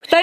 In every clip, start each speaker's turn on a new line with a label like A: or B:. A: 二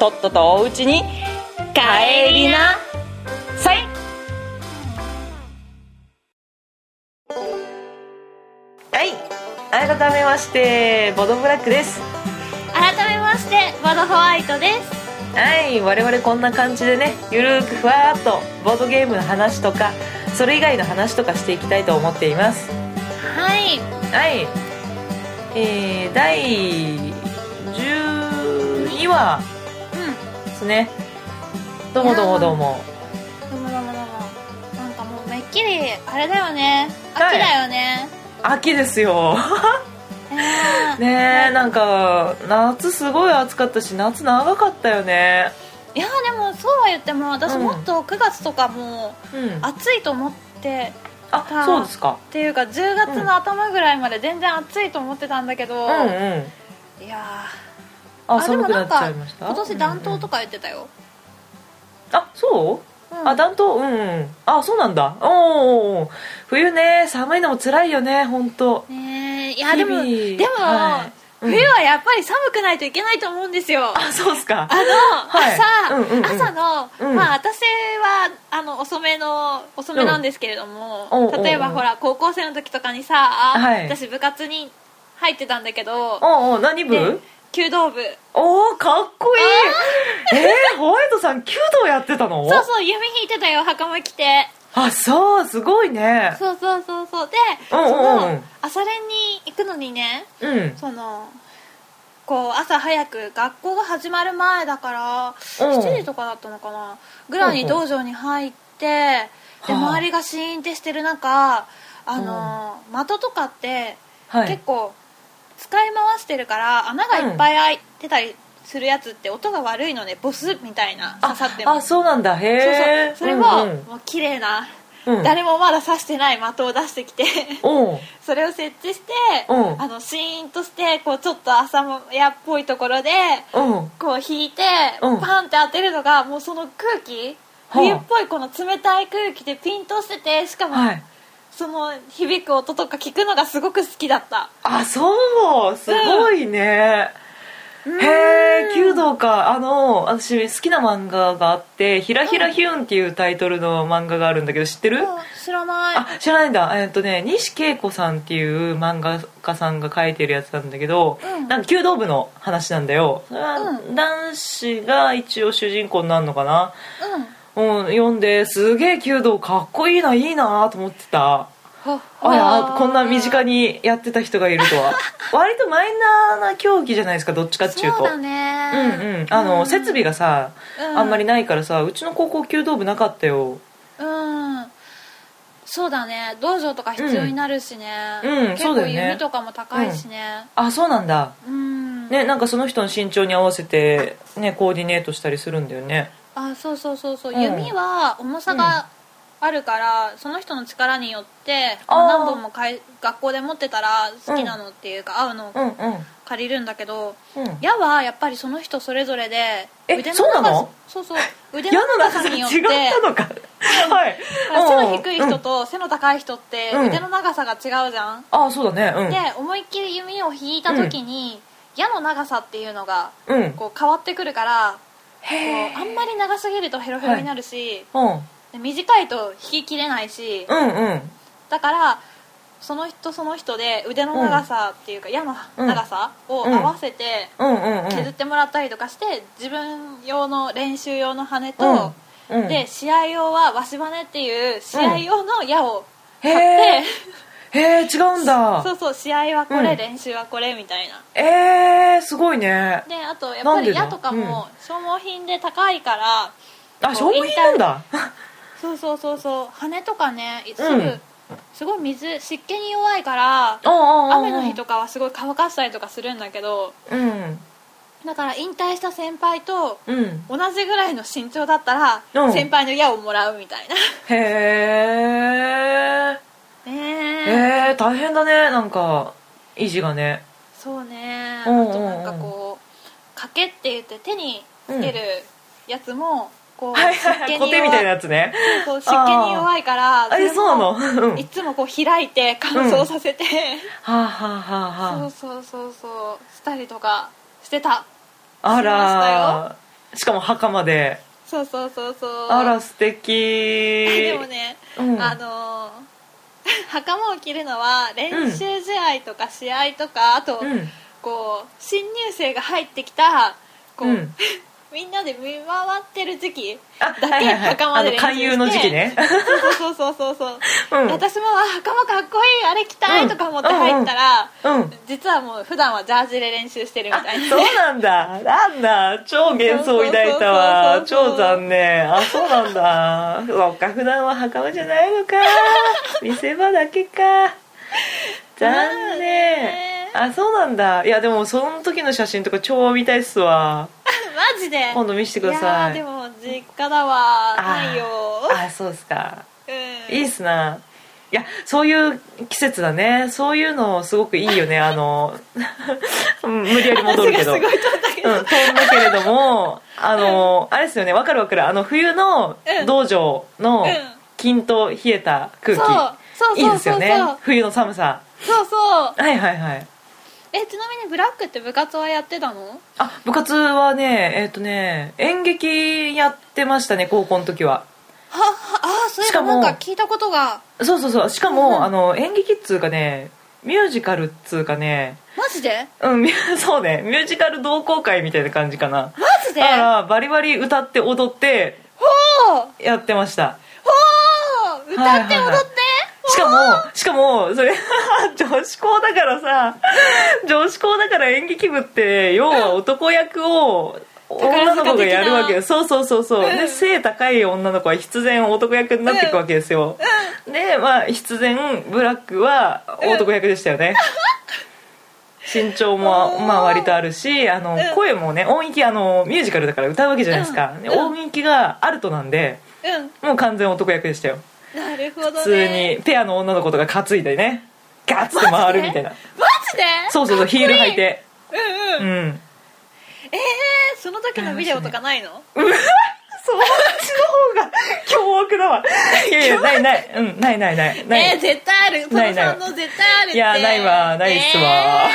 A: とっととおうちに帰りなさいはい改めましてボドブラックです
B: 改めましてボドホワイトです
A: はい我々こんな感じでねゆるーくふわーっとボードゲームの話とかそれ以外の話とかしていきたいと思っています
B: はい
A: はいえー、第12話
B: う
A: ですねどうもどうもどうも
B: んどうもどうもどうもなんかもうめっきりあれだよね
A: はい
B: 秋だよね、
A: 秋ですよ
B: ね
A: ねえなんか夏すごい暑かったし夏長かったよね
B: えいやでもそうは言っても私
A: うん
B: もっと9月とかも
A: うんあ
B: 暑いと思って、
A: そうですか
B: っていうか10月の頭ぐらいまで全然暑いと思ってたんだけど、
A: うんうん
B: いや
A: あ
B: あで
A: 寒
B: も
A: くな
B: な
A: っ
B: ん
A: ちゃ
B: か
A: いました
B: 今年暖冬と
A: か、
B: か言ってたよ、
A: うんうんあそう
B: うん
A: あ暖冬うんうんあそうなんだおーおーおー冬ね寒いのも辛いよね本当
B: ねえいやでも
A: 日々
B: でも、
A: はいうん
B: 冬はやっぱり寒くないといけないと思うんですよ
A: あそうっすか
B: あの、
A: はい
B: 朝、
A: うんうんうん
B: 朝の、
A: うん
B: まあ私はあの遅めの遅めなんですけれども、
A: うんおうおうおう
B: 例えばほら高校生の時とかにさ、
A: はい
B: 私部活に入ってたんだけど
A: おうおう何
B: で
A: 部
B: 弓道部
A: おおかっこいいえー、ホワイトさん弓道やってたの
B: そうそう弓引いてたよ袴着て
A: あそうすごいね
B: そうそうそうそうで、
A: うんうんうん
B: その朝練に行くのにね
A: うん
B: そのこう朝早く学校が始まる前だから
A: うん
B: 7時とかだったのかなぐらいに道場に入って
A: はあ
B: で周りがシーンってしてる中あの的とかって
A: はい
B: 結構使い回してるから穴がいっぱい開いてたりするやつって音が悪いのでボスみたいな刺さって
A: あ
B: も
A: あそうなんだへえ
B: そうそうそれも
A: うん
B: もう綺麗な
A: うん、
B: 誰もまだ刺してない的を出してきて
A: おう
B: それを設置して、
A: うん
B: あのシーンとしてこうちょっと朝もやっぽいところで
A: うん
B: こう引いて、
A: うん
B: パンって当てるのがもうその空気
A: はあ
B: 冬っぽいこの冷たい空気でピンとしててしかも、
A: はい
B: その響く音とか聞くのがすごく好きだった
A: あそうすごいね、へえ弓道かあの私好きな漫画があって「ひらひらヒューン」っていうタイトルの漫画があるんだけど知ってる、
B: あ知らない
A: あ知らないんだえっとね西恵子さんっていう漫画家さんが書いてるやつなんだけど、
B: うん
A: なんか弓道部の話なんだよ、それは
B: う
A: 男子が一応主人公になるのかな、
B: うん
A: うん、読んですげえ弓道かっこいいないいなと思ってた
B: ほ
A: あやこんな身近
B: に
A: にやってた人がいると は割とマイナーな競技じゃないですかどっちかっていうと
B: そうだ
A: うん
B: ね
A: うんあの、
B: うん
A: 設備がさあんまり
B: う
A: ないからさうちの高校弓道部なかったよ
B: うんそうだね道場とか必要になるしね、
A: うんうん
B: 結
A: そうだ
B: 構
A: よね
B: 弓とかも高いしね、
A: あそうなんだ
B: うん
A: ねなんかその人の身長に合わせてねコーディネートしたりするんだよね
B: あそうそうそうそう、
A: うん
B: 弓は重さがあるから、その人の力によって
A: あー
B: 何本もかい学校で持ってたら好きなのっていうか、合うのを
A: うんうん
B: 借りるんだけど
A: うん
B: 矢はやっぱりその人それぞれで
A: えそうなの
B: そうそう腕
A: 矢
B: の
A: の
B: 長
A: 長
B: さ
A: さ
B: に
A: 違
B: よ
A: っ
B: って
A: たのかはい
B: 背の低い人
A: うん
B: と背の高い人って
A: うん
B: 腕の長さが違うじゃん、
A: あそうだね
B: で思いっきり弓を引いた時に、矢の長さっていうのが
A: うんうん
B: こう変わってくるからこ
A: へえ
B: うあんまり長すぎるとヘロヘロになるし、
A: うん
B: で短いと引ききれないし
A: うんうん
B: だからその人その人で腕の長さっていうか矢の長さを合わせて
A: うんうんうん
B: 削ってもらったりとかして自分用の練習用の羽
A: うん
B: と、
A: うん
B: で試合用はわし羽っていう試合用の矢を
A: へ
B: 買
A: え
B: って、
A: へえ違うんだ
B: そうそう試合はこれ、
A: うん
B: 練習はこれみたいな
A: えー、すごいね
B: であとやっ
A: な
B: ぱり矢
A: んでだ
B: とかも消耗品で高いから
A: あ消耗品なんだ
B: そうそうそうそう羽とかねすぐ、
A: うん
B: すごい水湿気に弱いから
A: 雨
B: 雨の日とかはすごい乾かしたりとかするんだけど
A: うん
B: だから引退した先輩と
A: うん
B: 同じぐらいの身長だったら、
A: うん
B: 先輩の矢をもらうみたいな
A: へえ
B: ねえ
A: えー、大変だねなんか維持がね
B: そうねあ
A: う
B: と
A: んうんうん
B: なんかこう賭けって言って手につけるやつもこう
A: はいはいはい
B: 湿気
A: コ
B: に
A: テみたいな
B: 弱い
A: やつね
B: そう湿気に弱いから
A: あれそうなのうん
B: いつもこう開いて乾燥させて、
A: はあ、はあはあ はあ、
B: そうそうそうそうしたりとかしてた
A: あ
B: し
A: らしかも袴で
B: そうそうそうそう
A: あら素敵
B: でもね、
A: うん
B: あのー 袴を着るのは練習試合とか試合とか、あと、
A: うん
B: こう新入生が入ってきたこう、
A: うん
B: みんなで見回ってる 時期
A: あ
B: だ
A: はいは
B: け
A: いはい
B: 袴で
A: あの勧
B: 練習して
A: 誘の時期ね
B: そうそうそうそう そう、
A: うん
B: 私もあ袴かっこいいあれ着たいとか思って入ったら、
A: うん
B: 実はもう普段はジャージで練習してるみ
A: あ
B: たいな
A: そうなんだなんだ超幻想を抱いたわ
B: そうそうそうそう
A: 超残念あそうなんだそうか普段は袴じゃない のか見せ場だけか残念あそうなんだいやでもその時の写真とか超見たいっすわ
B: マジで
A: 今度見せてください
B: いやーでも実家だわ
A: あー
B: ないよ
A: あそうですか
B: うん
A: いいっすないやそういう季節だねそういうのすごくいいよねあ のうん無理やり戻るけど
B: 話がすごい飛んだけど、
A: うん、飛んだけれど もあの、あれですよねわかるわかるあの冬の
B: うん
A: 道場の
B: うん
A: 均等冷えた空気、
B: そうそう
A: いい
B: そう
A: です
B: そう
A: よね冬の寒さ
B: そうそう
A: はいはいはい
B: えちなみにブラックって部活はやってたの
A: あ部活はねえっ、とね演劇やってましたね高校の時は
B: ははあーそうい
A: し
B: うか
A: かも
B: なんか聞いたことが
A: そうそうそうしかも、
B: うん
A: あの演劇っつうかねミュージカルっつうかね
B: マジで
A: うんミュ そうねミュージカル同好会みたいな感じかな
B: マジで
A: だからバリバリ歌って踊って
B: ほう
A: やってました
B: ほう歌って踊って、
A: はいはいはいしかも、しかも、それ、 女子校だからさ、女子校だから演劇部って、要は男役を、女の子がやるわけよそうそうそうそう、
B: うん
A: で背高い女の子は必然男役になっていくわけですよ、でまあ必然ブラックは男役でしたよね、身長も
B: おー
A: まあ割とあるしあの、
B: うん
A: 声もね音域あのミュージカルだから歌うわけじゃないですか、
B: うん
A: で
B: うん
A: 音域がアルトなんでもう完全男役でしたよ
B: うんなるほどね
A: 普通にペアの女の子とか担いでねガッツって回るみたいな
B: マジで
A: そうそうそうヒール履いて
B: うん
A: う
B: うん、え
A: ん
B: ー、その時のビデオとかないの
A: そうそっちの方が凶悪だわいやいやないないうんないないないな
B: えー、
A: い
B: 絶対ある
A: ないない
B: 佐野さんの絶対あるって
A: いやないわないっすわ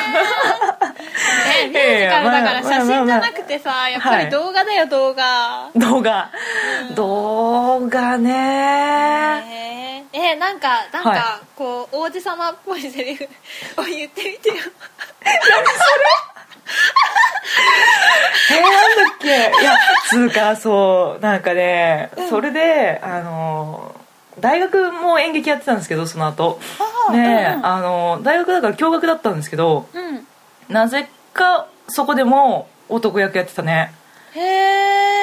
B: えー、えーミュージカルだから
A: いやいやまあ
B: 写真じゃなくてさやっぱり動画だよ動画
A: 動画動画ね
B: えー、えーなんかなん
A: は
B: かこう王子様っぽいセリフを言ってみてよ
A: えー、なんだっけいやつうかそうなんかねそれであの大学も演劇やってたんですけどその後ねあの大学だから共学だったんですけど
B: うんうん
A: なぜかそこでも男役やってたね
B: へ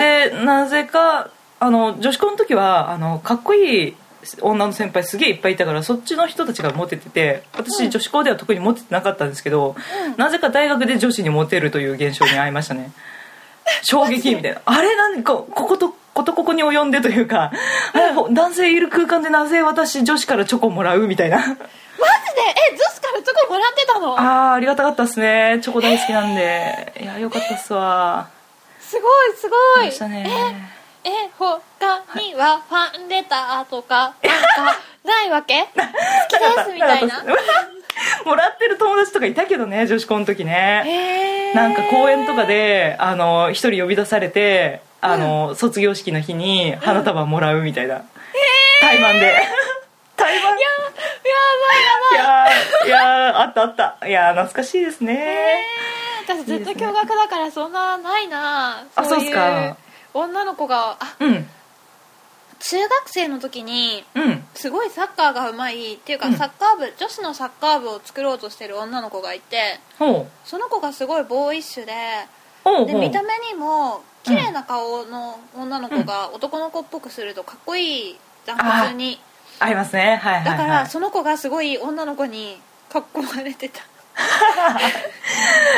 B: え
A: でなぜかあの女子校の時はあのかっこいい女の先輩すげえいっぱいいたからそっちの人たちがモテてて私、
B: うん
A: 女子校では特にモテてなかったんですけど、
B: うん
A: なぜか大学で女子にモテるという現象に遭いましたね衝撃み たいなあれなんかこことことここに及んでというか、あれ男性いる空間でなぜ私女子からチョコもらうみたいな
B: マジでえ女子からチョコもらってたの
A: あーありがたかったっすねチョコ大好きなんでいやよかったっすわ
B: すごいすごい
A: でしたね
B: ええ他にはファンレターとかなんかないわけ好きですみたいな
A: かった もらってる友達とかいたけどね女子校の時ね
B: へえ
A: なんか公園とかであの一人呼び出されてあの、卒業式の日に花束もらうみたいな、対マンで 対マンいや
B: やばいやばい
A: ーいやーあったあったいやー懐かしいですね
B: 私ずっと共学だからそんなないな
A: あそ
B: そう
A: うっ
B: い
A: すか
B: う女の子があ
A: うん
B: 中学生の時に
A: うん
B: すごいサッカーがうまいっていうか
A: うん
B: サッカー部、女子のサッカー部を作ろうとしてる女の子がいて
A: ほう
B: その子がすごいボーイッシュで
A: ほう
B: で
A: ほう
B: 見た目にも綺麗な顔の女の子が男の子っぽくするとかっこいいじゃん
A: あー
B: 普通に
A: ありますねはいはい、はい、
B: だからその子がすごい女の子に囲まれてた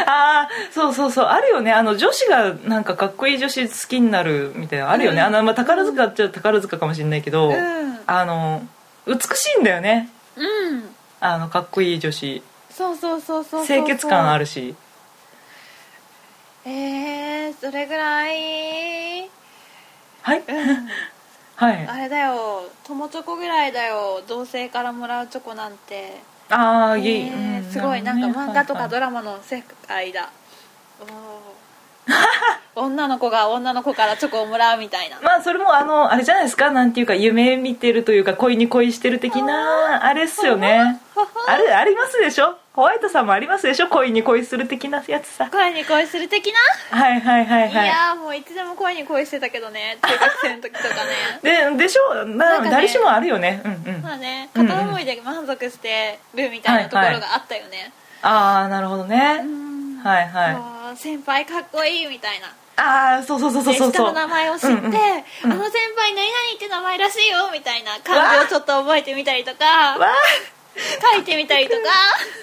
A: ああそうそうそうあるよねあの女子がなんかかっこいい女子好きになるみたいなのあるよね、
B: うん
A: あのまあ、宝塚っちゃ宝塚かもしれないけど、
B: うん
A: あの美しいんだよね
B: うん
A: あのかっこいい女子
B: そうそうそうそうそう
A: 清潔感あ
B: る
A: るし
B: えー、それぐらい、うん、
A: はい はい
B: あれだよ友チョコぐらいだよ同性からもらうチョコなんて
A: ああいい、
B: えー
A: う
B: すごいなんか漫画とかド
A: ラ
B: ラマの世界だおー女の子が女の子からチョコをもらうみたいな
A: まあそれもあのあれじゃないですかなんていうか夢見てるというか恋に恋してる的なあれっすよ ねあれありますでしょホワイトさんもありますでしょ恋に恋する的なやつさ
B: 恋に恋する的な、
A: はいはいはい
B: い
A: はい
B: やーもういつでも恋に恋してたけどね中学生の時と かね
A: ででしょ
B: なん
A: な
B: かね
A: 誰しもあるよねうんうん
B: ま
A: あ
B: あね
A: うんうん
B: 片思いで満足してるみたいなところがあったよね、
A: あーなるほどね
B: うん
A: はいはい
B: あー先輩かっこいいみたいな
A: ああそうそうそうそう
B: で
A: そう
B: 人
A: そう
B: の名前を知って、
A: うんうん
B: あの先輩何々って名前らしいよみたいな漢字をちょっと覚えてみたりとか
A: わ
B: 書いてみたりとか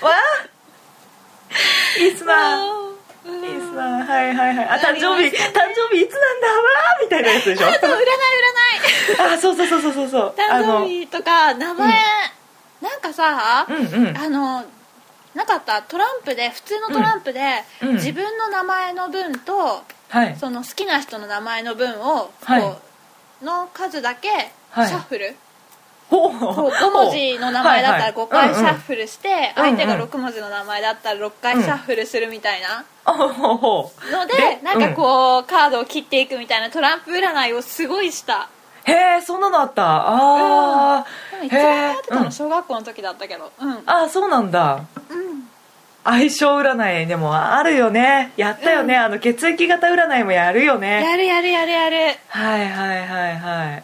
A: あわあいいっすな
B: う
A: い
B: ん
A: いっすなはいはいはいあ誕生
B: あり
A: 日
B: まし
A: 誕生日いつなんだわあみたいなやつでしょ
B: あと占い
A: あそうそうそうそうそうそう
B: 占い誕生日とか名前、なんかさ、
A: あのうんうん
B: あのなかったトランプで普通のトランプで、
A: うんうん
B: 自分の名前の分と
A: はい
B: その好きな人の名前の分をこう、
A: は
B: の数だけシ
A: はい
B: ャッフル、
A: ほう
B: こう5文字の名前だったら5回シャッ
A: フ
B: フルして
A: うんうん
B: 相手が6文字の名前だったら6回シャッフルするみたいな
A: ほうほう
B: のでなんかこうカードを切っていくみたいなトランプ占いをすごいした
A: へえそんなのあったあ
B: でも
A: ー
B: 一番やってた
A: へーう
B: の
A: ん
B: 小学校の時だったけどうんうん
A: あそうなんだ相性占いでもあるよねやったよね、あの血液型占いもやるよね
B: やるやるやるやる
A: はいはいはいはい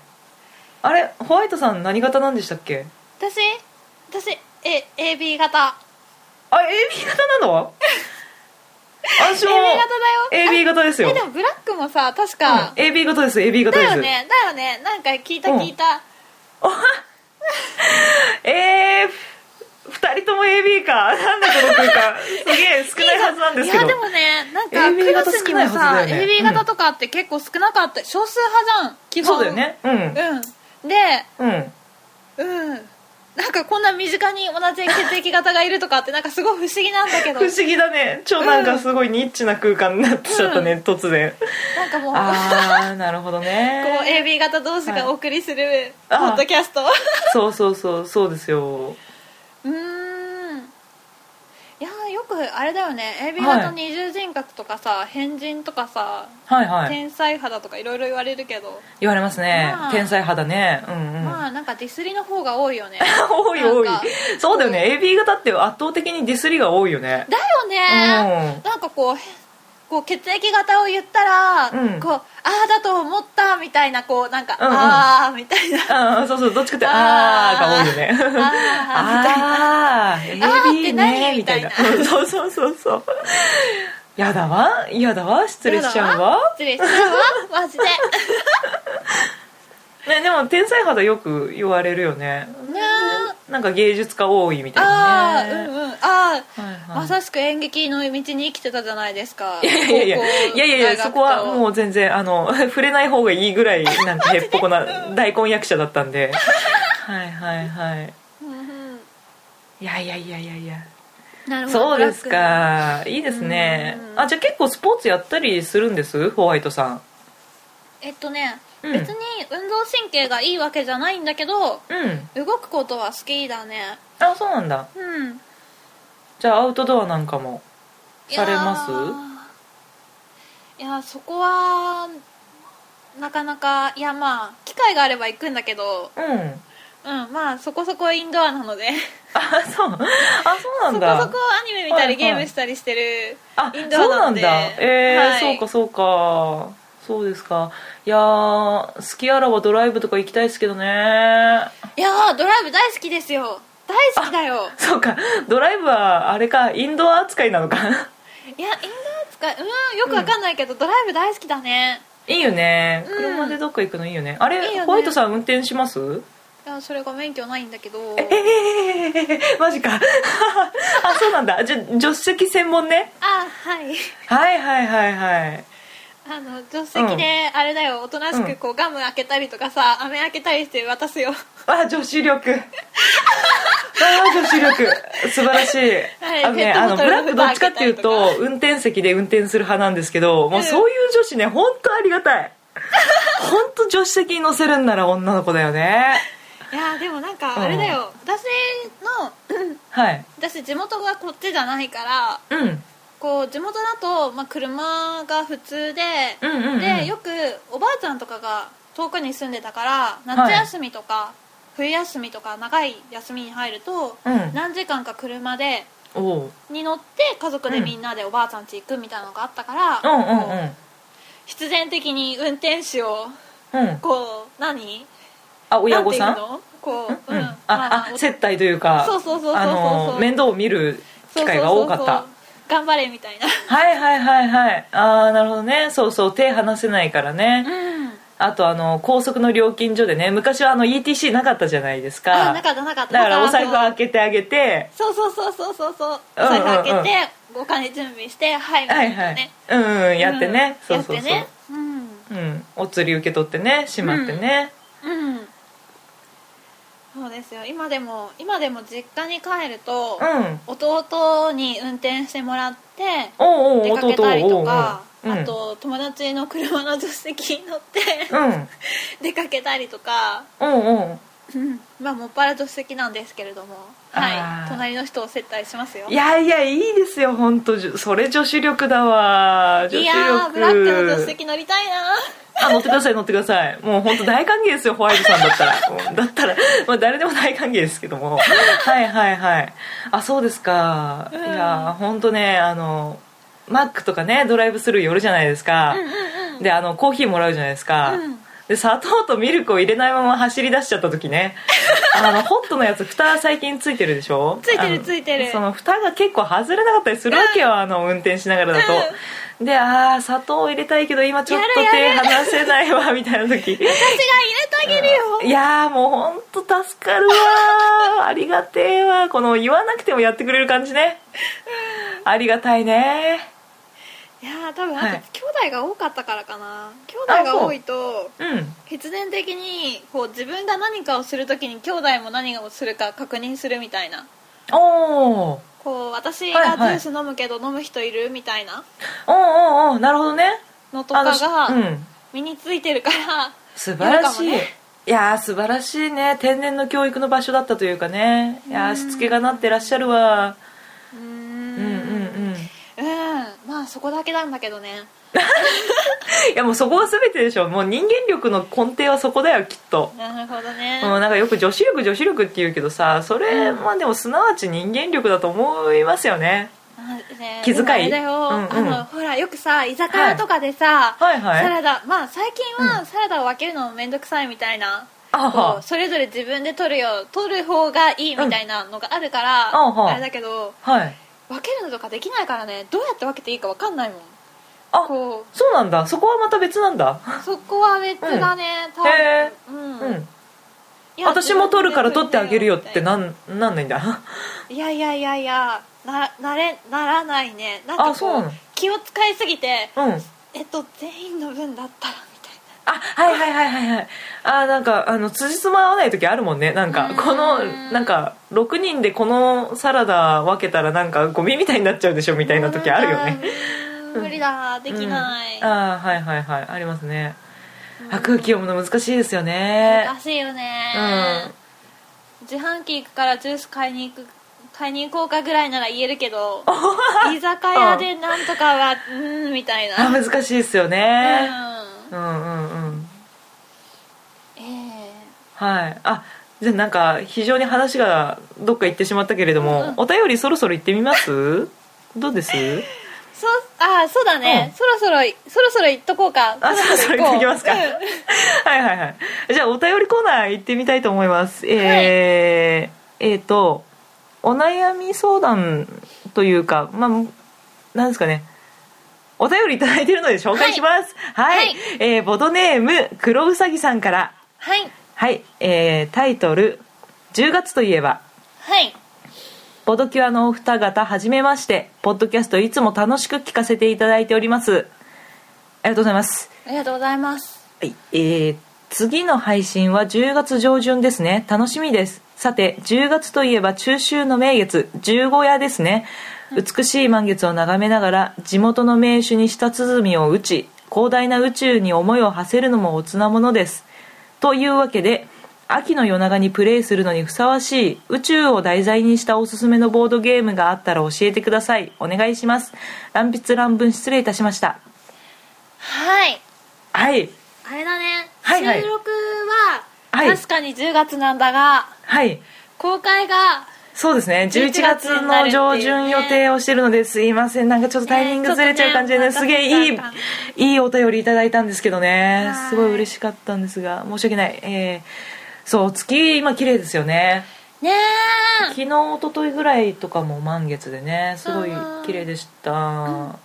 A: あれホワイトさん何型なんでしたっけ
B: 私私え AB 型
A: あ AB 型なの
B: AB
A: 私も
B: 型だよ
A: AB 型ですよ
B: えでもブラックもさ確
A: うん
B: か
A: AB 型です AB 型
B: だ
A: です
B: よねだよねなんか聞いた
A: うん
B: 聞いた
A: えー、2人とも AB かなんだこの空 間すげえ少ないはずなんですけ
B: い
A: ど
B: やでもねなんか
A: AB
B: クラス
A: 型少
B: にも
A: ない
B: さ
A: はずだよね
B: AB 型とかって結構少なかった少数派じゃん基本
A: そうだよねう
B: うんで
A: んうん
B: うんなんかこんな身近に同じ血液型がいるとかってなんかすごい不思議なんだけど
A: 不思議だね超なんかすごいニッチな空間になってちゃったね、突然
B: なんかもう
A: ああなるほどね
B: こう AB 型同士がお送りするポ
A: あー
B: ッドキャスト
A: そうそうそうそうですよ
B: うーんいやーよくあれだよね AB
A: はい
B: 型二重人格とかさ変人とかさ
A: はいはい
B: 天才肌とかいろいろ言われるけど、
A: 言われますね、
B: まあ
A: 天才肌ねうんうん、
B: まあなんかディスりの方が多いよね
A: 多い多い
B: なんか
A: そうだよね AB 型って圧倒的にディスりが多いよね
B: だよね、
A: うん
B: なんかこうへこう血液型を言ったら、
A: うん
B: こうああだと思ったみたいなこうなんか、
A: うんうん
B: ああみたいな
A: あーそうそうどっちかって
B: あ ー
A: あーが多いよね
B: ああみたいな
A: あー
B: あー
A: AB
B: って
A: ね
B: 何
A: みたいな
B: みたい
A: そうそうそうそうやだわやだわ失礼しちゃうわ
B: 失礼しちゃうわマジ でね
A: ね、でも天才肌よく言われるよねなんか芸術家多いみたい
B: あ
A: な
B: あーうん
A: ね
B: うんああ、
A: はいはい
B: まさしく演劇の道に生きてたじゃないですか
A: いやいやいやいやいやいやそこはも
B: う
A: う全然あの 触れない方がいいぐらいなんかへっぽこな大根役者だったんではいはいはいいやいやいやいやいや
B: なるほど
A: そうですかいいですね
B: うん
A: あじゃあ結構スポーツやったりするんですホワイトさん
B: えっとね、
A: うん
B: 別に運動神経がいいわけじゃないんだけど
A: うん
B: 動くことは好きだね
A: あそうなんだ
B: うん
A: じゃあアウトドアなんかもされます
B: いやーいやそこはなかなかいやまあ機会があれば行くんだけど
A: うん
B: うんまあそこそこインドアなので
A: あそうあそうな
B: そこ
A: ん
B: そこ
A: だ
B: アニメ見
A: はい
B: たり
A: はい
B: ゲームしたりしてる、
A: あ
B: インドアなので
A: そうなんだえー
B: はい
A: そうかそうかそうですかいやー好きあらばドライブとか行きたいですけどね
B: い、やードライブ大好きですよ大好きだよ
A: そうかドライブはあれかインドア扱いなのか
B: いやインドア使いうんよくわかんないけど、ドライブ大好きだね
A: いいよね
B: うん
A: 車でどっか行くのいいよね、あれ
B: いいよね
A: ホワイトさん運転します
B: あやそれが免許ないんだけど
A: えー、マジかあそうなんだじゃ助手席専門ね
B: あはい
A: はいはいはいはい
B: あの助手席であれだよおとなしくこうガム開けたりとかさ飴開けたりして渡すよ
A: あ女子力あ女子力素晴らしい、
B: はい
A: あのね
B: ペッ
A: あ
B: トボ
A: のブ
B: トル
A: ラ
B: の
A: ックどっちかっていう
B: バー開
A: と運転席で運転する派なんですけどもうそういう女子ね本当ありが たい本当助手席に乗せるんなら女の子だよね
B: いやでもなんかあれだよ、私の
A: はい
B: 私地元がこっちじゃないから
A: うん
B: こう地元だと、まあ、車が普通で、
A: うんうんうん
B: でよくおばあちゃんとかが遠くに住んでたから夏休みとか、冬休みとか長い休みに入ると、
A: うん
B: 何時間か車で
A: おう
B: に乗って家族でみんなでおばあちゃん家行くみたいなのがあったから、
A: うんうん
B: こう必然的に運転手を
A: うんうん
B: こう何
A: あ親御さ
B: なんていうのこう、
A: うん、あ、
B: ま
A: あ接待というか
B: そうそうそうそうそう
A: あの面倒を見る機会が多かった
B: そうそうそうそう頑張れみたいな
A: はいはいはいはいああなるほどねそうそう手離せないからね、
B: うん
A: あとあの高速の料金所でね昔はあの ETC なかったじゃないですか
B: あなかったなかった
A: だからお財布
B: だ
A: 開けてあげて
B: そうそうそうそうそうそうお
A: うんうんうん
B: 財布開けて、お金準備してはいみ
A: は
B: た
A: い
B: い
A: は、
B: ないね、
A: うんうんやってね、
B: う
A: そ
B: ん
A: うそう
B: や
A: そ
B: っ
A: う、
B: てねうん
A: うん、お釣り受け取ってねしまってね、
B: うんそうですよ今でも今でも実家に帰ると、
A: うん
B: 弟に運転してもらって
A: おう
B: 出
A: おう
B: かけたりとか
A: おうおうおううん
B: あと友達の車の助手席に乗って
A: うん
B: 出かけたりとか、
A: うんうん
B: うんまあもっぱら助手席なんですけれどもは
A: あ
B: い
A: ー
B: 隣の人を接待しますよ
A: いやいやいいですよ本当それ女子力だわ女子力
B: いやーブラックの助手席乗りたいな
A: あ乗ってください乗ってくださいもう本当大歓迎ですよホワイトさんだ ったらもうだったら、まあ、誰でも大歓迎ですけどもはいはいはいあそうですか、
B: うん
A: いや本当ねあのマックとかねドライブスルー寄るじゃないですか、であのコーヒーもらうじゃないですか、
B: うん
A: で砂糖とミルクを入れないまま走り出しちゃった時 ねあのホットのやつ蓋最近ついてるでしょ
B: ついてる
A: あの
B: ついてる
A: その蓋が結構外れなかったりするわけよ、あの運転しながらだと、であー砂糖入れたいけど今ちょっと
B: やるや
A: 手
B: る
A: 離せないわみたいな 時
B: 私が入れてあげるよ
A: いやーもうほんと助かるわーありがてえわこの言わなくてもやってくれる感じねありがたいね
B: いやー多分あと
A: はい
B: 兄弟が多かったからかな兄弟が多いと
A: うん
B: 必然的にこう自分が何かをするときに兄弟も何をするか確認するみたいな
A: おー
B: こう私
A: はい
B: がジュ
A: はい
B: ース飲むけど飲む人いるみたいな
A: おーおーおーなるほどね
B: のとか
A: あのしう
B: が
A: ん
B: 身についてるから
A: 素晴らしい、
B: やるかもね
A: いやー素晴らしいね天然の教育の場所だったというかねいやーしつけがなってらっしゃるわ
B: うー
A: うんうんうん
B: んうんまあそこだけなんだけどね
A: いやもうそこは全てでしょもう人間力の根底はそこだよきっと、
B: なるほど
A: う
B: ね
A: ん、なんかよく女子力女子力って言うけどさそれまあでもすなわち人間力だと思いますよね
B: あね
A: 気遣い
B: でもあれだよ、
A: うんうん
B: あのほらよくさ居酒屋とかでさ、
A: はいはいはい
B: サラダまあ最近はサラダを分けるのも面倒くさいみたいな、
A: あ
B: こう
A: は
B: それぞれ自分で取るよ取る方がいいみたいなのがあるか
A: う
B: ら、
A: んあは
B: あれだけど
A: はい
B: 分けるのとかできないからねどうやって分けていいか分かんないもん
A: あ
B: こう
A: そうなんだそこはまた別なんだ
B: そこは別だね、多分
A: へ
B: うん
A: うん
B: いや
A: 私も取るから取ってあげるよって
B: な
A: なんなんないんだ
B: いやいやいやいやななれならないねなんかこ
A: あそうなの
B: 気を使いすぎて
A: うん
B: えっと全員の分だったらみたい
A: あ
B: な
A: はいはいはいはいはいあーなんかあの辻褄合わない時あるもんねなん
B: う
A: か
B: ん
A: このなんか6人でこのサラダ分けたらなんかゴミみたいになっちゃうでしょみたいな時あるよね
B: うーん無理だできない、
A: うんああはいはいはいありますね、
B: うん
A: あ空気読むの難しいですよね
B: 難しいよね、自販機行くからジュース買いに行く買いに行こうかぐらいなら言えるけど居酒屋でなんとかはうーんみたい
A: あ
B: な、うん、
A: 難しいですよね、うん、うんうん
B: ええ
A: はいあじゃあなんか非常に話がどっか行ってしまったけれども、
B: うんうん
A: お便りそろそろ行ってみますどうです
B: そあそうだね、
A: うん
B: そろそろそろそろ行っとこうか
A: あ
B: そろ
A: そろそろ行っ
B: こう
A: ときますか
B: うん
A: はいはいはいじゃあお便りコーナー行ってみたいと思いますえーえーとお悩み相談というかまあなんですかねお便りいただいてるので紹介しますはい、
B: はい
A: えーボドネーム黒うさぎさんから
B: はい
A: はい、えータイトル「10月といえば
B: はい
A: ポドキュアのお二方はじめましてポッドキャストいつも楽しく聞かせていただいておりますありがとうございます、
B: ありがとうございます
A: はいえー次の配信は10月上旬ですね楽しみですさて10月といえば中秋の名月十五夜ですね美しい満月を眺めながら地元の名手に舌鼓を打ち広大な宇宙に思いを馳せるのもおつなものですというわけで秋の夜長にプレイするのにふさわしい宇宙を題材にしたおすすめのボードゲームがあったら教えてくださいお願いします乱筆乱文失礼いたしました
B: はい
A: はい
B: あれだね、
A: はいはい
B: 収録は
A: はい
B: 確かに10月なんだが、
A: はい
B: 公開が
A: そうですね11月の上旬予定をしてるのですいませんなんかちょっとタイミングずれちゃう感じで、
B: ね
A: ね、
B: ちょっ
A: す
B: と
A: げ
B: ね
A: えいい
B: また
A: いいお便りいただいたんですけどね
B: はい
A: すごい嬉しかったんですが申し訳ないえーそう月今綺麗ですよね
B: ねえ
A: 昨日一昨日ぐらいとかも満月でねすごい
B: うん
A: 綺麗でした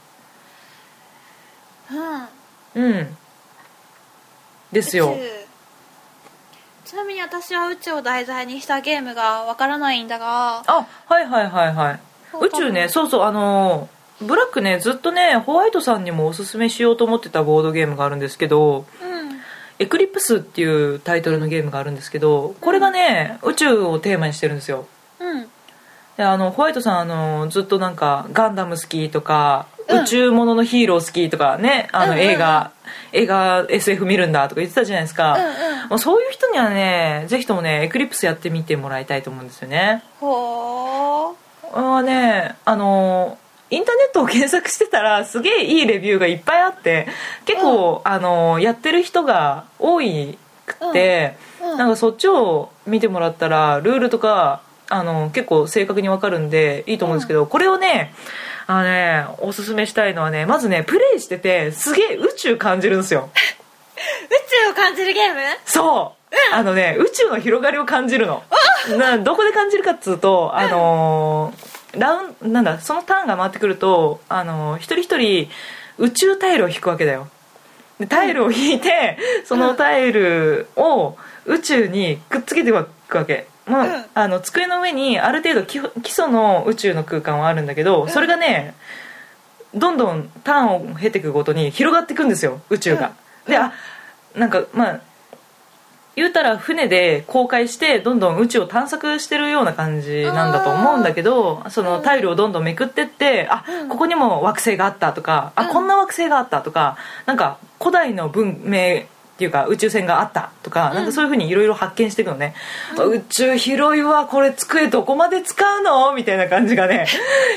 B: うん
A: うんですよ
B: 宇宙ちなみに私は宇宙を題材にしたゲームがわからないんだが
A: あはいはいはいはい
B: そう
A: 宇
B: か
A: 宙ねそうそうあのーブラックねずっとねホワイトさんにもおすすめしようと思ってたボードゲームがあるんですけど
B: うん
A: 「エクリプス」っていうタイトルのゲームがあるんですけどこれがね宇宙をテーマにしてるんですよ
B: うん
A: であのホワイトさんあのずっとなんかガンダム好きとか、
B: うん
A: 宇宙もののヒーロー好きとかねあの、
B: うんうんうん
A: 映画映画 SF 見るんだとか言ってたじゃないですか、
B: うんうん
A: もうそういう人にはねぜひともねエクリプスやってみてもらいたいと思うんですよね
B: ほ
A: これはねあのインターネットを検索してたらすげえいいレビューがいっぱいあって結構、あのやってる人が多いくて、
B: う、うん、
A: なんかそっちを見てもらったらルールとかあの結構正確にわかるんでいいと思うんですけど、これをねあのねおすすめしたいのはねまずねプレイしててすげえ宇宙感じるんですよ
B: 宇宙を感じるゲーム
A: そう、あのね宇宙の広がりを感じるのなどこで感じるかっつうとあのーラウンなんだそのターンが回ってくると、あのー一人一人宇宙タイルを引くわけだよでタイルを引いて、そのタイルを宇宙にくっつけていくわけ、まあ
B: うん
A: あの机の上にある程度基本基礎の宇宙の空間はあるんだけどそれがね、どんどんターンを経ていくごとに広がっていくんですよ宇宙が、
B: うん
A: で
B: うん
A: あなんかまあ言うたら船で航海してどんどん宇宙を探索してるような感じなんだと思うんだけどそうの
B: ん
A: タイルをどんどんめくってってあ
B: うん
A: ここにも惑星があったとかあ
B: うん
A: こんな惑星があったとかなんか古代の文明っていうか宇宙船があったとか
B: ん
A: なんかそういうふうにいろいろ発見していくのね、宇宙広いわこれ机どこまで使うのみたいな感じが ね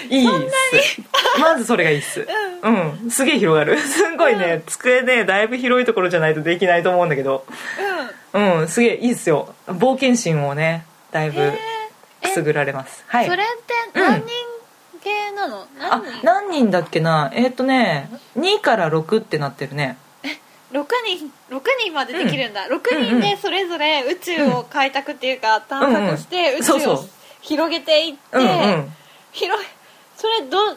A: いいっす まずそれがいいっすうん、すげえ広がるすんごいね、机ねだいぶ広いところじゃないとできないと思うんだけどうんすげえいいっすよ冒険心をねだい
B: うんへ
A: ぶくすぐられますは
B: え
A: い
B: それって何人系なの、
A: あ
B: 何人
A: 何人だっけなえっ、とね2から6ってなってるね
B: 6人6人までできるんだ、六6人でそれぞれ宇宙を開拓っていうか、探索して
A: うん
B: 宇
A: そう
B: 宙
A: そ
B: を
A: う
B: 広げていって、
A: うんうん
B: 広いそれどな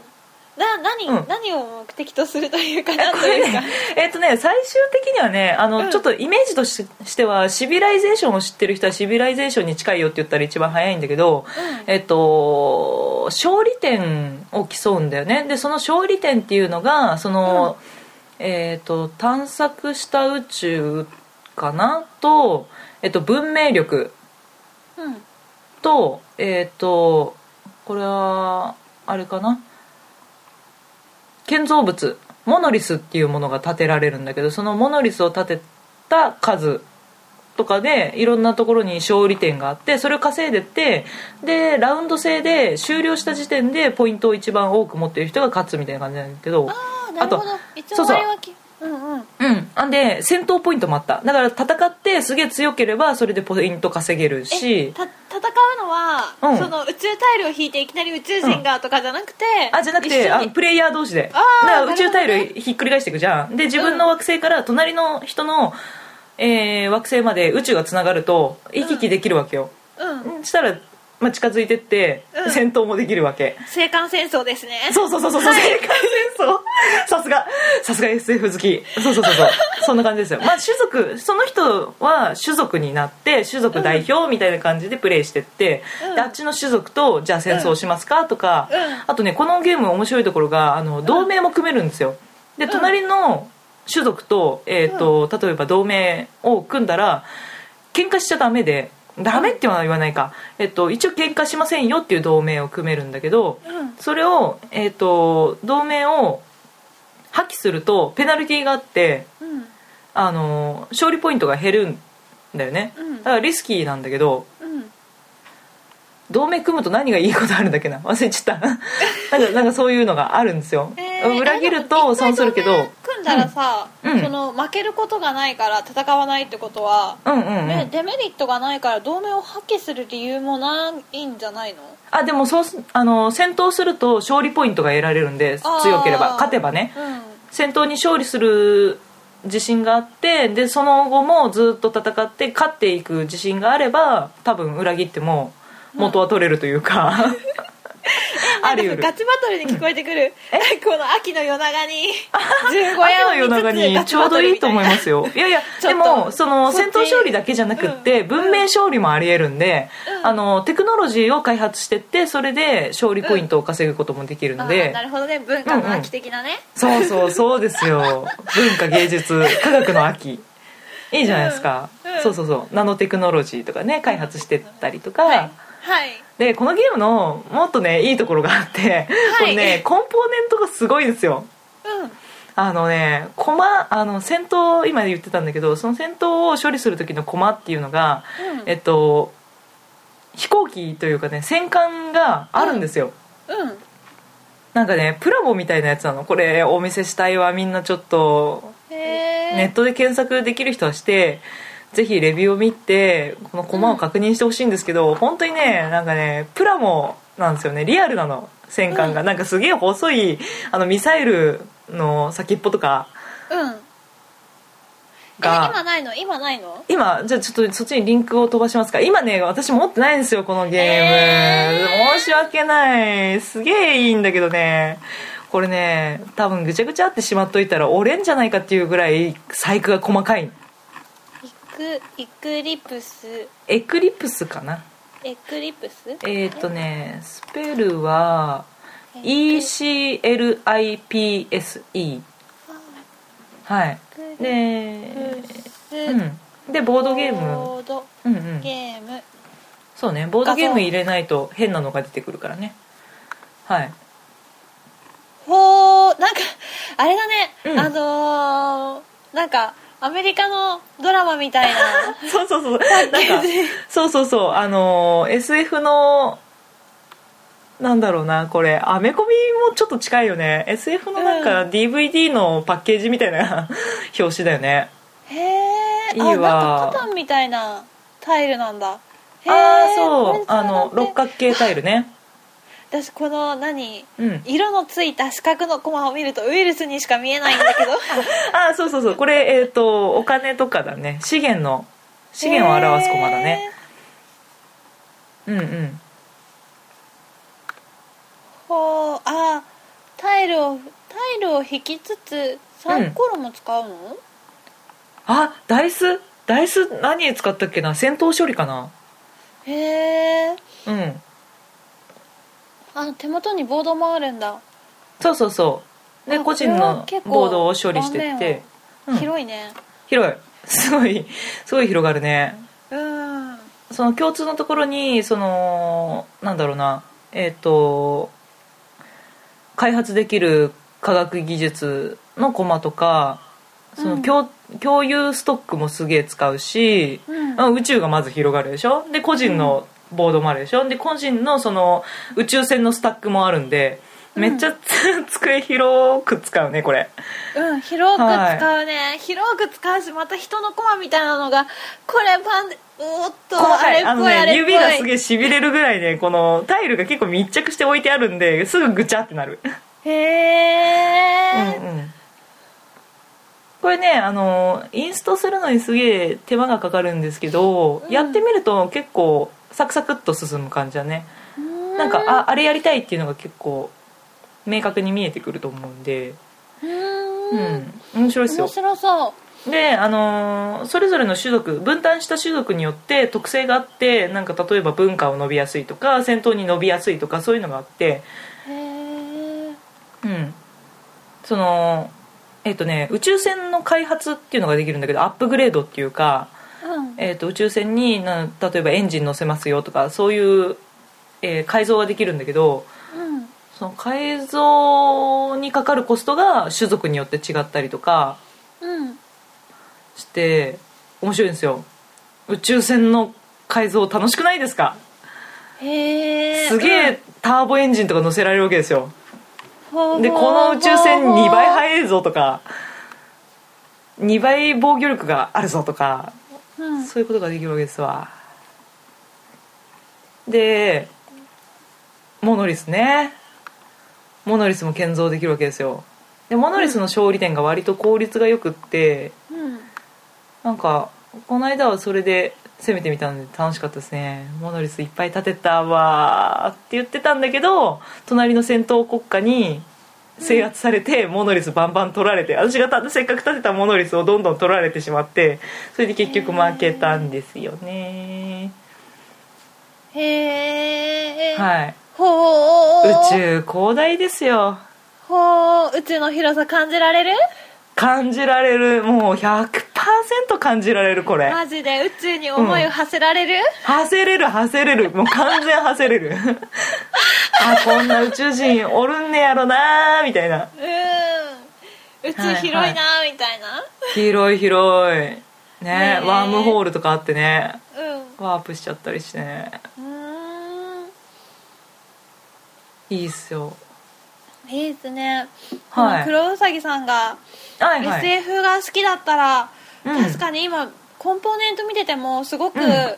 B: 何,、
A: うん
B: 何を目的とするというか
A: え
B: 何
A: ことれ
B: いうか、
A: ね えっとね最終的にはねあの、
B: うん
A: ちょっとイメージとししてはシビライゼーションを知ってる人はシビライゼーションに近いよって言ったら一番早いんだけど、
B: うん
A: えっと、勝利点を競うんだよねでその勝利点っていうのがその、えっと探索した宇宙かなと、えっと、文明力
B: うん
A: とえっ、とこれはあれかな建造物モノリスっていうものが建てられるんだけどそのモノリスを建てた数とかでいろんなところに勝利点があってそれを稼いでってでラウンド制で終了した時点でポイントを一番多く持ってる人が勝つみたいな感じなんだけど
B: ああなるほど一応
A: そうそう
B: 割り分けうんう
A: う
B: ん
A: んあんで戦闘ポイントもあっただから戦ってすげえ強ければそれでポイント稼げる
B: え
A: した
B: 戦うのは、
A: うん
B: その宇宙タイルを引いていきなり宇宙人がとかじゃなくて、
A: あじゃなく
B: 一
A: て
B: 緒
A: あ
B: に
A: プレイヤー同士でだか
B: あー
A: ら
B: な
A: 宇
B: る
A: 宙
B: ほど
A: タ
B: ね
A: イルひっくり返していくじゃんで自分の惑星から隣の人の、えー惑星まで宇宙がつながると行き来できるわけよ、
B: うん
A: したらまあ、近づいてって、
B: うん
A: 戦闘もできるわけ
B: 青函戦争ですね
A: そうそうそうそう、そう世界戦争さすがさすが SF 好きそうそうそう そうそんな感じですよまあ種族その人は種族になって種族代表みたいな感じでプレイしてって、
B: うん
A: であっちの種族とじゃあ戦争しますかとか、
B: うん
A: あとねこのゲーム面白いところがあの同盟も組めるんですよで
B: ん
A: 隣の種族と,、えーと例えば同盟を組んだら喧嘩しちゃダメでダメっていうのは言わないか、えっと、一応喧嘩しませんよっていう同盟を組めるんだけど、
B: うん
A: それを、えー、と同盟を破棄するとペナルティーがあって
B: うん
A: あの勝利ポイントが減るんだよね、
B: うん
A: だからリスキーなんだけど
B: うん
A: 同盟組むと何がいいことあるんだっけな忘れちゃった なんかなんかそういうのがあるんですよ、
B: えー
A: 裏切ると損するけど
B: 一回同盟組んだらさ、
A: うんうん
B: その負けることがないから戦わないってことは、
A: うんうんうん、
B: ね、デメリットがないから同盟を破棄する理由もないんじゃないの
A: あでもそうすあの戦闘すると勝利ポイントが得られるんで
B: あー
A: 強ければ勝てばね
B: うん
A: 戦闘に勝利する自信があってでその後もずっと戦って勝っていく自信があれば多分裏切っても元は取れるという か、あり得
B: なん
A: る
B: かガチバトルに聞こえてくる、 この秋の夜長に十五夜を
A: 秋の夜長
B: 見つつガ
A: に
B: チ
A: ちょ
B: バ
A: う
B: ト
A: ど
B: ル
A: い
B: み
A: い
B: た
A: と
B: な
A: 思いますよいやいや
B: ちょっと
A: でもその
B: そっち
A: 戦闘勝利だけじゃなくって文明勝利もありえるんで、
B: うん
A: あのテクノロジーを開発してってそれで勝利ポイントを稼ぐこともできるので、
B: あーなるほどね文化の秋的なね、
A: そうそうそうですよ文化芸術科学の秋いいじゃないですか、
B: うんうん
A: そうそうそうナノテクノロジーとかね開発してったりとか、
B: はいはい
A: でこのゲームのもっとねいいところがあって、これねコンポーネントがすごいですよ
B: うん
A: あのね駒あの戦闘今言ってたんだけどその戦闘を処理する時の駒っていうのが、
B: うん
A: えっと飛行機というかね戦艦があるんですよ、
B: うん
A: なんかねプラモみたいなやつなのこれお見せしたいわみんなちょっと
B: へ
A: ネッ
B: え
A: トで検索できる人はしてぜひレビューを見てこのコマを確認してほしいんですけど、本当にねなんかねプラモなんですよねリアルなの戦艦が、なんかすげえ細いあのミサイルの先っぽとか
B: うんえ今
A: が
B: ないの今ないの
A: 今じゃあちょっとそっちにリンクを飛ばしますか今ね私持ってないんですよこのゲーム、
B: えー
A: 申し訳ないすげえいいんだけどねこれね多分ぐちゃぐちゃってしまっといたら折れんじゃないかっていうぐらい細工が細かい
B: イクイクリプス
A: エクリプスかな
B: エクリプス
A: えーっ、とねスペルは
B: え
A: ECLIPSE はいでうんでボードゲーム
B: ボード
A: うんうん
B: ゲーム
A: そうねボードゲーム入れないと変なのが出てくるからねはい
B: ほうなんかあれだね、
A: うん
B: あのー、なんかアメリカのドラマみた いな
A: そうそうそうなんかそうそうそうあのー SF のなんだろうなこれアメコミもちょっと近いよね SF のなんか DVD のパッケージみたいな 表紙だよね
B: へえ
A: いいわ
B: あなんかカタンみたいなタイルなんだへー
A: ああそ
B: こ
A: う
B: れさ
A: あの
B: なん
A: 六
B: て
A: 角形タイルね
B: 私この何
A: うん
B: 色のついた四角のコマを見るとウイルスにしか見えないんだけど
A: あーそうそうそうこれえっ、とお金とかだね資源の 資源を表す駒だね、うんうん
B: へーほうあタイルをタイルを引きつつサイコロも使うの、
A: あダイスダイス何使ったっけな戦闘処理かな
B: へえ
A: うん
B: あ手元にボードもあるんだ、
A: そうそうそうで
B: あ
A: 個人
B: これは
A: の
B: 結構
A: ボードを処理してって、うん
B: 広いね
A: 広い すごいすごい広がるね
B: うん
A: その共通のところにそのなんだろうなえっ、と開発できる科学技術のコマとかその共,、共有ストックもすげえ使うし、
B: うん
A: あ宇宙がまず広がるでしょで個人のボードもあるでしょで個人のその宇宙船のスタックもあるんでめっちゃつ、 机広く使うねこれ
B: うん、広く使うね、広く使うしまた人のコマみたいなのがこれパンでおーっと
A: 細
B: あ
A: か
B: れっ
A: いあの
B: ぽいあ
A: ね
B: れっぽ
A: 指
B: い
A: がすげえしびれるぐらいねこのタイルが結構密着して置いてあるんですぐぐちゃってなるう
B: へえ
A: んうんこれねあのインストするのにすげえ手間がかかるんですけど、
B: うん
A: やってみると結構サクサクっと進む感じだね
B: うん
A: なんかああれやりたいっていうのが結構明確に見えてくると思うんで
B: う
A: うんん面白いです
B: 面
A: よ
B: 白そう
A: で、あのーそれぞれの種族分担した種族によって特性があってなんか例えば文化を伸びやすいとか戦闘に伸びやすいとかそういうのがあって
B: へえ
A: うんそのえっ、とね宇宙船の開発っていうのができるんだけどアップグレードっていうか、
B: うん
A: えー、と宇宙船にな例えばエンジン乗せますよとかそういう、えー改造ができるんだけど
B: うん
A: その改造にかかるコストが種族によって違ったりとか
B: うん
A: して面白いんですよ宇宙船の改造楽しくないですか
B: へえ
A: すげえターボエンジンとか乗せられるわけですよ
B: うん
A: でこの宇宙船2倍
B: る
A: 速いぞとか2倍防御力があるぞとか
B: うん
A: そういうことができるわけですわでモノリスねモノリスも建造できるわけですよでモノリスの勝利点が割と効率がよくって
B: うん
A: なんかこの間はそれで攻めてみたので楽しかったですねモノリスいっぱい立てたわーって言ってたんだけど隣の戦闘国家に制圧されて、モノリスバンバン取られて私がたせっかく立てたモノリスをどんどん取られてしまってそれで結局負けたんですよね
B: へえ
A: はい
B: ほう
A: 宇宙広大ですよ
B: ほう宇宙の広さ感じられる
A: 感じられるもう100%感じられるこれ
B: マジで宇宙に思いを馳せられる、
A: はせれるはせれるもう完全はせれる あこんな宇宙人おるんねやろなーみたいな
B: うーん宇宙広いな
A: はい
B: みたいな、
A: 広い広いね
B: ねえ
A: ワームホールとかあってね
B: うんう
A: ワープしちゃったりしてね
B: ーん
A: いいっすよ
B: いいです
A: はい
B: ね、この黒うさぎさんが
A: はいはい
B: SF が好きだったら、
A: うん
B: 確かに今コンポーネント見ててもすごく
A: うん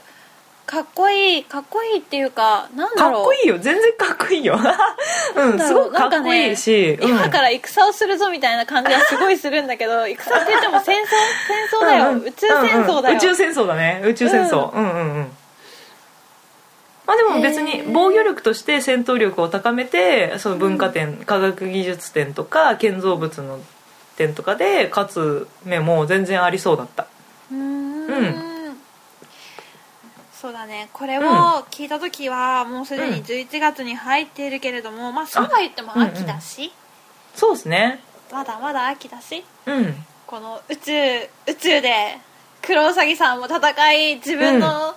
B: かっこいいかっこいいっていうかなんだ
A: かっ
B: ろう
A: こいいよ全然かっこいいよ うん
B: だ
A: す
B: ろ
A: ご
B: う
A: くかっこいいし、うん、
B: 今から戦をするぞみたいな感じはすごいするんだ けど戦って言っても戦争戦争だよ、
A: うんうん
B: 宇宙戦争
A: うんう
B: だよ、
A: ん宇宙戦争だね宇宙戦争、うん、うんうんまあでも別
B: へ
A: に
B: ー
A: 防御力として戦闘力を高めてその文化点、科学技術点とか建造物の点とかで勝つ目も全然ありそうだった
B: うーんそうだねこれを
A: うん
B: 聞いた時はもうすで
A: うん
B: に11月に入っているけれども、まあそうは言っても秋だし、
A: そうですね
B: まだまだ秋だし
A: うん
B: この宇宙宇宙で黒うさぎさんも戦い自分の、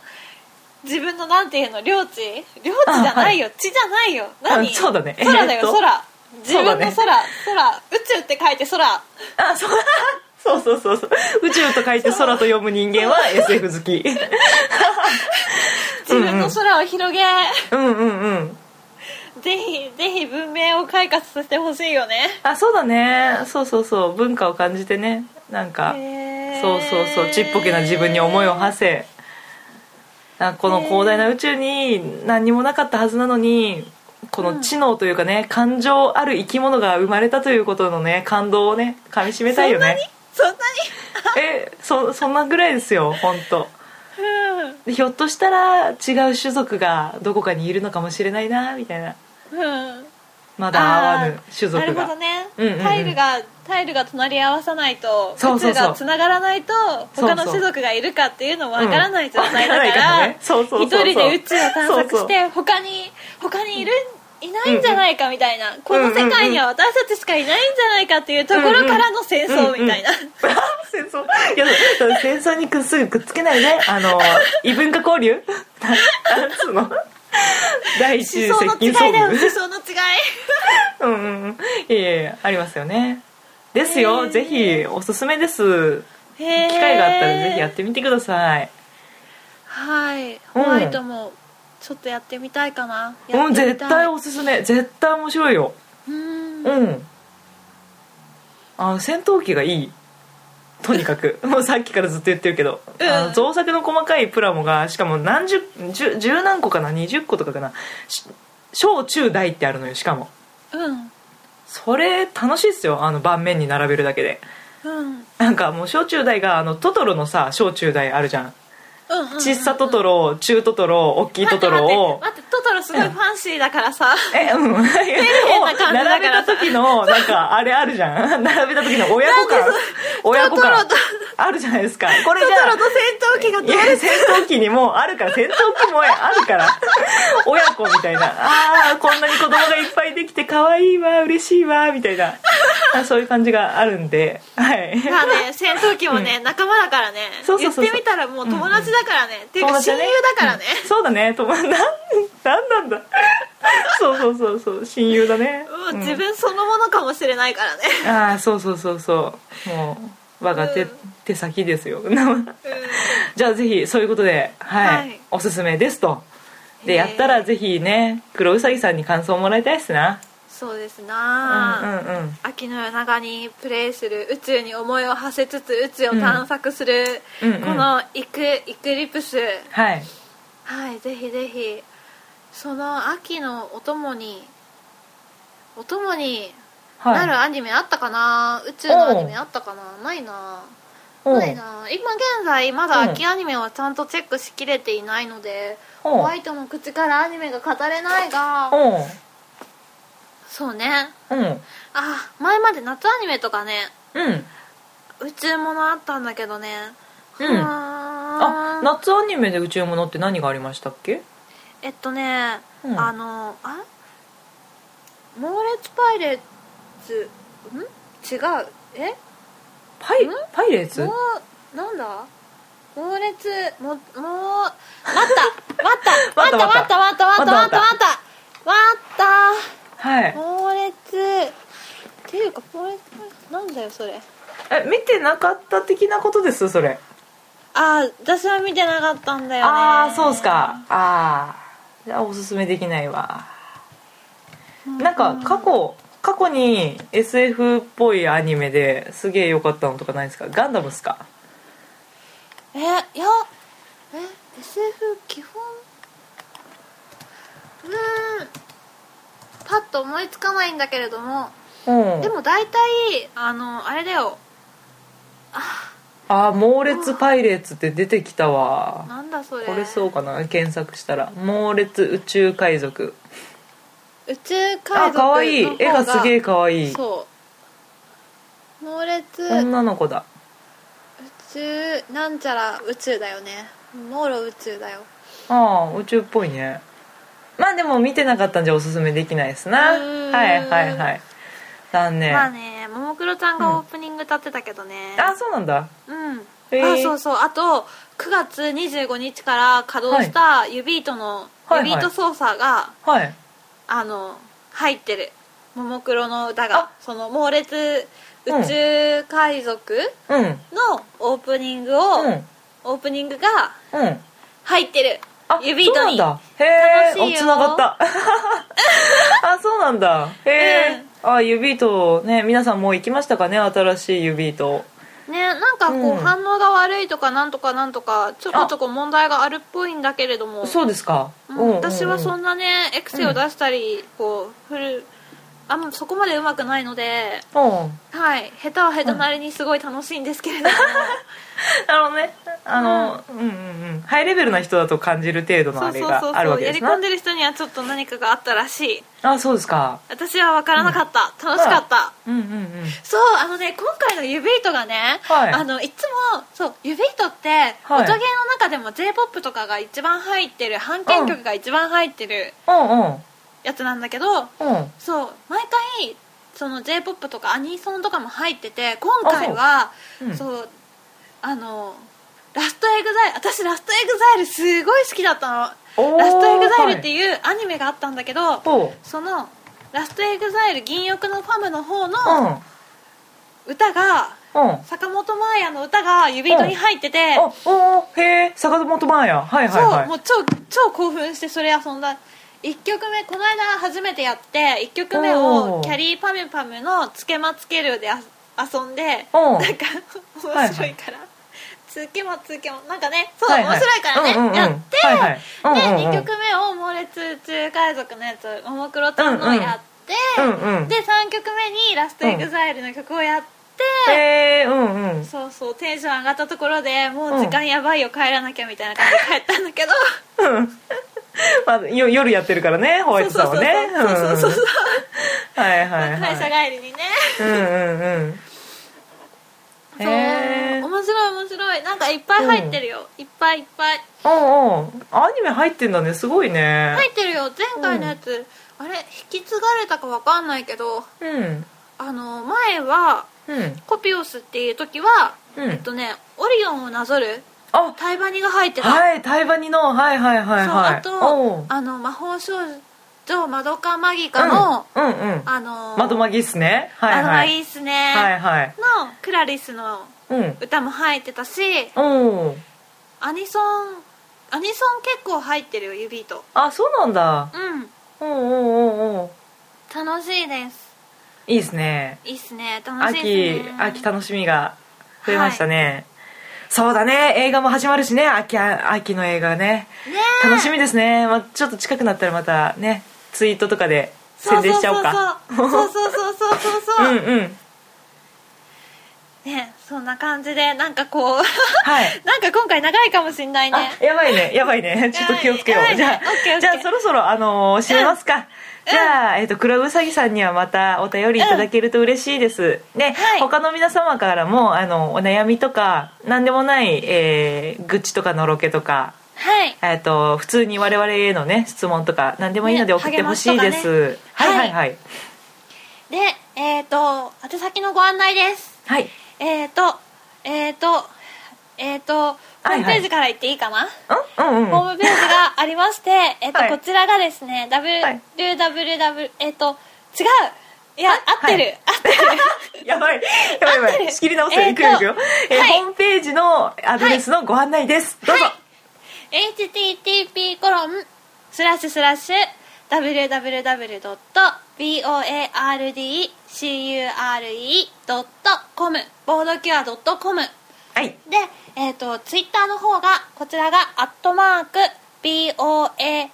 B: 自分のなんていうの領地領地じゃないよ、地じゃないよ何
A: あそうだね
B: 空だ
A: えーっ
B: よ
A: と
B: 空自分の空、
A: そう
B: 空宇宙って書いて空
A: あそう そうそうそうそう宇宙と書いて空と読む人間は SF 好 き
B: 自分の空を広げ、
A: うんうんうん
B: ぜひぜひ文明を開花させてほしいよね
A: あそうだねそうそうそう文化を感じてねなんか、
B: へー
A: そうそうそうちっぽけな自分に思いを馳せあこの広大な宇宙に何にもなかったはずなのにこの知能というかね、感情ある生き物が生まれたということのね感動をねかみしめたいよね
B: そんなに
A: えそそんなぐらいですよ本当
B: そんなに
A: でひょっとしたら違う種族がどこかにいるのかもしれないなみたいな
B: うんうん
A: まだ会わぬ種
B: な
A: 族
B: るほど
A: が、
B: ね、
A: うんうんうん
B: タイルがタイルが隣り合わさないと
A: そうそうそう
B: 宇宙がつながらないと
A: そう
B: 他の種族がいるかっていうのわからない状態だ
A: わからない
B: か
A: から
B: ら
A: ねそうそうそう
B: 一
A: そう
B: 人で宇宙を探索
A: そう
B: して他に他にいるいないんじゃないかみたいな、この世界には私たちしかいないんじゃないかっていうところからの戦争みたいな、
A: 戦争いやそう戦争にくっすぐくっつけないであの異文化交流ななんつうの第一次接
B: 思想の違
A: 近
B: いだよ
A: 遭
B: 思
A: 遇
B: 想の違い
A: うんうんうんいえいえありますよねですよ、
B: へー
A: ぜひおすすめです
B: 機
A: 機会があったらぜひやってみてください
B: はいホワイトもちょっとやってみたいかな、や
A: う
B: っ
A: ん
B: てみ
A: 絶
B: た
A: 対
B: い
A: おすすめ絶対面白いよ
B: うん
A: うんあ戦闘機がいいとにか くもうさっきからずっと言ってるけど、
B: うん
A: あの造作の細かいプラモがしかも何十十十何個かな20個とかかなし小中大ってあるのよしかも
B: うん
A: それ楽しいっすよあの盤面に並べるだけで
B: うん
A: なんかもう小中大があのトトロのさ小中大あるじゃん
B: うんうんうん
A: 小さトトロ中トトロ大きい
B: 待
A: ト
B: って
A: トロを
B: 待って待ってトトロすごいファンシーだか らさ、
A: え うんを
B: な感じだから
A: 並べた時のなんかあれあるじゃん 並べた時の親子感親子
B: ト
A: 感
B: トロと
A: あるじゃないですかこれ
B: ト
A: じゃあ
B: トロと戦闘機が
A: い
B: ど
A: や
B: う
A: 戦闘機にもうあるから戦闘機もある から親子みたいなああこんなに子供がいっぱいできて可愛いわ嬉しいわみたいなあそういう感じがあるんではい
B: まあね戦闘機もね、仲間だからね
A: そうそうそうそう
B: 言ってみたらもう友達だからね、っていうか親友だからね、
A: うんそうだね友達なんなんなんだそうそうそうそう親友だね
B: もう自分そのものかもしれないからね、
A: うんああそうそうそうそうもう我が手,、
B: うん
A: 手先ですよ
B: う
A: じゃあぜひそういうことで、はい
B: はい
A: おすすめですとで
B: へー
A: やったらぜひね黒うさぎさんに感想もらいたいっすなん
B: そうです
A: う
B: なあ、
A: んうんうん
B: 秋の夜長にプレイする宇宙に思いを馳せつつ宇宙を探索する、
A: うんうんうん
B: このイクイクリプス
A: はい
B: はいぜひぜひその秋のお供にお供になる
A: い
B: アニメあったかな、宇宙のアニメあったかなないな
A: おう
B: ないな今現在まだ秋アニメはちゃんとチェックしきれていないので、ホ
A: おう
B: ワイトの口からアニメが語れないが、
A: おう
B: そうね
A: うん
B: あ前まで夏アニメとかね
A: うん
B: 宇宙ものあったんだけどね
A: うんあ
B: あ
A: 夏アニメで宇宙ものって何がありましたっけ
B: えっとね、
A: うん
B: あのあ猛烈パイレーツん違うえ
A: パイ
B: ん
A: パイレーツ
B: もうなんだ猛烈ももう待った 待った
A: 待
B: 待
A: った
B: った待った待った待った
A: 待っ
B: 待ったた待った待
A: はい
B: った猛烈っていうか猛烈なんだよそれ
A: え見てなかった的なことですそれ
B: あ私は見てなかったんだよね
A: ああそうっすかああじゃあおすすめできないわなんか過去過去に SF っぽいアニメですげえ良かったのとかないですかガンダムっすか
B: えいやえ SF 基本うーんパッと思いつかないんだけれども
A: うん
B: でも大体あのあれだよ
A: ああ猛烈パイレーツって出てきたわ
B: なんだそれ
A: これそうかな検索したら猛烈宇宙海賊
B: 宇宙海
A: あ
B: 賊の方が
A: 可愛い絵がすげえ可愛い
B: そう猛烈宇
A: 女の子だ
B: 宙なんちゃら宇宙だよねモロ宇宙だよ
A: ああ宇宙っぽいねまあでも見てなかったんじゃおすすめできないですな
B: うーん
A: はいはいはい残念、
B: まあ
A: あ
B: ねももクロちゃんがオープニング立ってたけどね
A: そうなんだ
B: うん、
A: へー
B: あそうそうあと9月25日から稼働したユビートの、
A: はいはい
B: ユビート操作が、
A: はい
B: あの入ってるももクロの歌が
A: あ
B: その猛烈宇宙海賊
A: うん
B: のオープニングを、
A: うん
B: オープニングが
A: うん
B: 入ってる
A: あ
B: ユビートに
A: そうなんだへえ
B: 楽しいよ
A: つながった あそうなんだへえ、あユビートね皆さんもう行きましたかね新しいユビート
B: ねなんかこう、
A: うん
B: 反応が悪いとかなんとかなんとかちょこちょこ問題があるっぽいんだけれども
A: そうですか、
B: うん私はそんなねエクセを出したり、こうフルあんまそこまでうまくないので
A: うん
B: はい下手は下手なりにすごい楽しいんですけれども、
A: なるほどねあの、うん、うんうんハイレベルな人だと感じる程度の
B: そ
A: あ
B: う
A: れ
B: そう
A: が
B: そう
A: ある
B: そ
A: わ
B: う
A: け
B: や
A: で
B: り
A: す
B: 込
A: なん
B: でる人にはちょっと何かがあったらしい
A: あそうですか
B: 私は分からなかった、楽しかった、
A: うんうんうん
B: そうあのね今回のユビートがね、
A: はい
B: あのいつもそうユビートって、
A: はい
B: 音ゲーの中でも j p o p とかが一番入ってる版権曲が一番入ってる
A: うん
B: やつなんだけど、
A: うんうん
B: そう毎回その j p o p とかアニソンとかも入ってて今回は
A: そううん
B: そうあのラストエグザイル私ラストエグザイルすごい好きだったの
A: おー
B: ラストエグザイルって
A: はい
B: いうアニメがあったんだけど、
A: ほ
B: そのラストエグザイル銀翼のファムの方
A: ううん
B: の歌
A: う
B: が、
A: んお
B: 坂本真綾の歌が指糸に入ってて、
A: おおへえ坂本真綾はいはい
B: そう
A: は
B: も
A: いう
B: 超超興奮してそれ遊んだ1曲目この間初めてやって1曲目
A: おー
B: をキャリーパムパムの「つけまつける」であ遊んで
A: おう
B: なんか
A: はい
B: 面白いから。つけまつけまなんかねそう、面白いからね、
A: うんうんうん
B: やって、
A: はいはいうんうんうん
B: で2曲目を「猛烈宇宙海賊」のやつももクロちゃんのやって、
A: うんうん
B: で3曲目にラストエグザイルの曲をやって、て、
A: えー、うんうん
B: そうそうテンション上がったところでもう時間やばいよ帰らなきゃみたいな感じで帰ったんだけど
A: まあ、よ夜やってるからねホ ワイトさんはね
B: そうそうそうそうそうそうそう
A: うんはいはいはい
B: 会社帰りにね、
A: うんうんうんへえ
B: そう面白い面白いなんかいっぱい入ってるよ、いっぱいいっぱい
A: おうおうアニメ入ってんだねすごいね
B: 入ってるよ前回のやつ、あれ引き継がれたかわかんないけど
A: うん
B: あの前は
A: うん
B: コピオスっていう時は、
A: うん
B: えっとねオリオンをなぞる
A: あ
B: タイバニが入ってた、
A: はい台場にのはいはいはいはい
B: そう
A: おう
B: あとあの魔法少女マドカマギカの、
A: うんうんうん
B: あの
A: 窓まぎっすねはい
B: マドマ
A: は
B: ギ
A: い
B: っすね、
A: はいはい
B: のクラリスの
A: うん
B: 歌も入ってたし
A: おう
B: アニソンアニソン結構入ってるよ指と
A: あそうなんだ
B: うん
A: おうおうおうおう
B: 楽しいです
A: いいですね
B: いいっすね楽しい
A: 秋
B: ですね
A: 秋楽しみが増えましたねそうだね映画も始まるしね秋あ秋の映画ね
B: ねえ
A: 楽しみですね、まあ、ちょっと近くなったらまたねツイートとかで宣伝しちゃおうか
B: そうそうそうそうそうそうそうそうう、
A: んうん
B: ねそんな感じでなんかこう
A: はい
B: なんか今回長いかもしんないね
A: あやばいねやばいねちょっと気をつけよ
B: やば
A: う
B: い
A: じゃ
B: やばいオッケーオ
A: あ
B: ッ
A: じ
B: ケー
A: ゃあそろそろあのー締めますか、じゃあ、えっと、黒うさぎさんにはまたお便りいただけると嬉しいです。ね、
B: はい
A: 他の皆様からも、あの、お悩みとか、なんでもない、えー、愚痴とかのろけとか、
B: はい
A: えっと、普通に我々へのね、質問とか、なんでもいいので
B: ね
A: 送ってほしいで
B: 励
A: す。
B: ますとか
A: はい
B: ね
A: はいはい。
B: でえっ、と宛先のご案内です
A: はい。
B: えっ、とえっ、とえっ、とホームページから言っていいかな、
A: うんうんうん。
B: ホームページがありまして、えっと
A: はい
B: こちらがですね、
A: い
B: www、えっと、違ういや、合ってる、
A: はい
B: 合ってる
A: やばいやばいやば
B: 合って
A: い
B: る
A: 仕切り直せ、
B: えーと
A: いくよいくよ、えー
B: はい
A: ホームページのアドレスのご案内です、どうぞ、
B: http コロンスラッシュスラッシュ www.boardcure.com ボードキュア .com
A: はい
B: で、えっとツイッターの方がこちらが「アットマーク #BOARD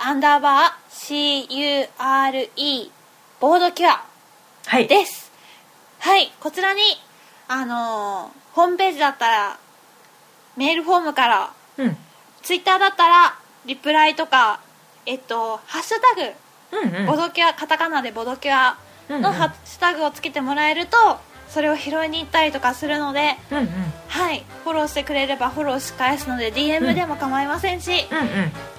B: アンダーバー CURE ボードキュア」
A: はい
B: ですはいこちらにあのーホームページだったらメールフォームから
A: うんうん
B: ツイッターだったらリプライとかえっとハッシュタグ、
A: うん
B: ボドキュアカタカナでボドキュア
A: うんう
B: の
A: ん
B: ハッシュタグをつけてもらえるとそれを拾いに行ったりとかするので
A: うんうんうん
B: はいフォローしてくれればフォローし返すので DM でも構いませんし、
A: うん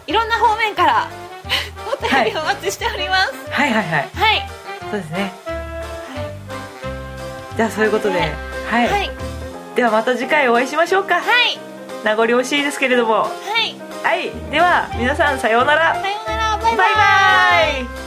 B: いろんな方面から お便りをお待ちしております
A: はいはいはい
B: はい、
A: そうですね
B: はい
A: じゃあそういうことで、
B: はい
A: はい
B: はい
A: ではまた次回お会いしましょうか、
B: はい
A: 名残惜しいですけれども
B: はい
A: はいでは皆さんさようなら、
B: さようならバイバイ
A: バイバイ